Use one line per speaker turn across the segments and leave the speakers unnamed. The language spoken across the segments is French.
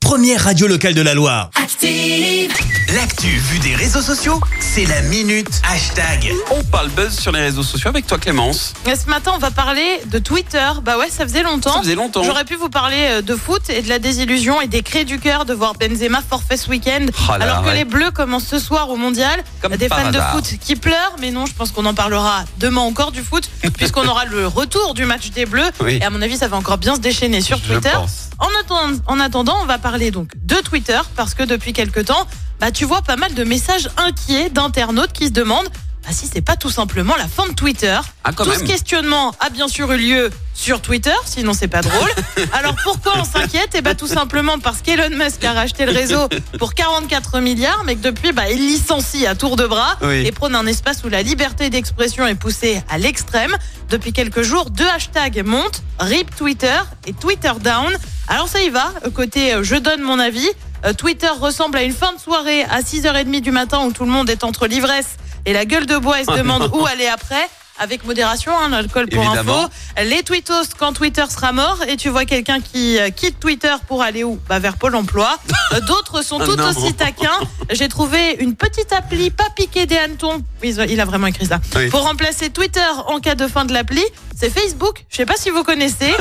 première radio locale de la Loire.
Active.
L'actu vue des réseaux sociaux, c'est la minute hashtag.
On parle buzz sur les réseaux sociaux avec toi Clémence.
Et Ce matin, on va parler de Twitter. Bah ouais, ça faisait longtemps.
Ça faisait longtemps.
J'aurais pu vous parler euh, de foot et de la désillusion et des cris du cœur de voir Benzema forfait ce week-end.
Ah là,
alors que
ouais.
les Bleus commencent ce soir au Mondial.
Comme
des
par
fans de
hasard.
foot qui pleurent, mais non, je pense qu'on en parlera demain encore du foot, puisqu'on aura le retour du match des Bleus.
Oui.
Et à mon avis, ça va encore bien se déchaîner sur
Je
Twitter.
pense.
En, atten- en attendant, on va parler donc de Twitter parce que depuis quelque temps, bah, tu vois pas mal de messages inquiets d'internautes qui se demandent bah, si c'est pas tout simplement la fin de Twitter.
Ah, quand
tout
même.
ce questionnement a bien sûr eu lieu sur Twitter, sinon c'est pas drôle. Alors pourquoi on s'inquiète Eh bah, tout simplement parce qu'Elon Musk a racheté le réseau pour 44 milliards, mais que depuis, bah, il licencie à tour de bras
Oui.
et prône un espace où la liberté d'expression est poussée à l'extrême. Depuis quelques jours, deux hashtags montent, RIP Twitter et Twitter Down. Alors ça y va, euh, côté euh, je donne mon avis, euh, Twitter ressemble à une fin de soirée à 6h30 du matin où tout le monde est entre l'ivresse et la gueule de bois et se demande où aller après. Avec modération, hein, l'alcool pour
Évidemment.
info. Les tweetos quand Twitter sera mort et tu vois quelqu'un qui euh, quitte Twitter pour aller où Bah vers Pôle Emploi. Euh, D'autres sont
Ah
tout
non.
aussi taquins. J'ai trouvé une petite appli pas piquer des hannetons. Oui, il a vraiment écrit ça.
Oui.
Pour remplacer Twitter en cas de fin de l'appli, c'est Facebook. Je sais pas si vous connaissez.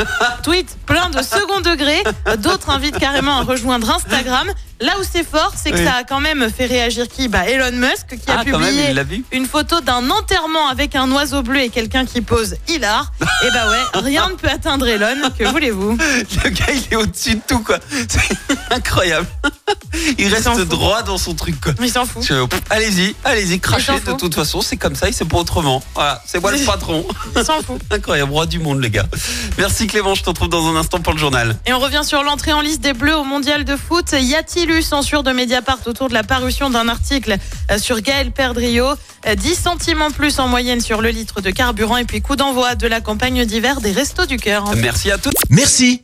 Tweet plein de second degré. D'autres invitent carrément à rejoindre Instagram. Là où c'est fort, c'est que
Oui.
ça a quand même fait réagir qui Bah Elon Musk qui a
Ah quand même,
publié
il l'a vu.
une photo d'un enterrement avec un oiseau bleu et quelqu'un qui pose hilar. Et bah ouais, rien ne peut atteindre Elon. Que voulez-vous
Le gars il est au-dessus de tout quoi. C'est incroyable. Il reste
s'en fout.
droit dans son truc quoi.
Il s'en fout.
Je- pff, Allez-y, allez-y, crachez
s'en
de
fout.
toute façon, c'est comme ça et c'est pas autrement. Voilà, c'est moi le patron.
Il s'en fout.
Incroyable, roi du monde les gars. Merci Clémence, je te retrouve dans un instant pour le journal.
Et on revient sur l'entrée en liste des Bleus au mondial de foot. Y a-t-il eu censure de Mediapart autour de la parution d'un article euh, sur Gaël Perdriau Euh, 10 centimes en plus en moyenne sur le litre de carburant et puis coup d'envoi de la campagne d'hiver des Restos du Cœur.
Merci à tous.
Merci,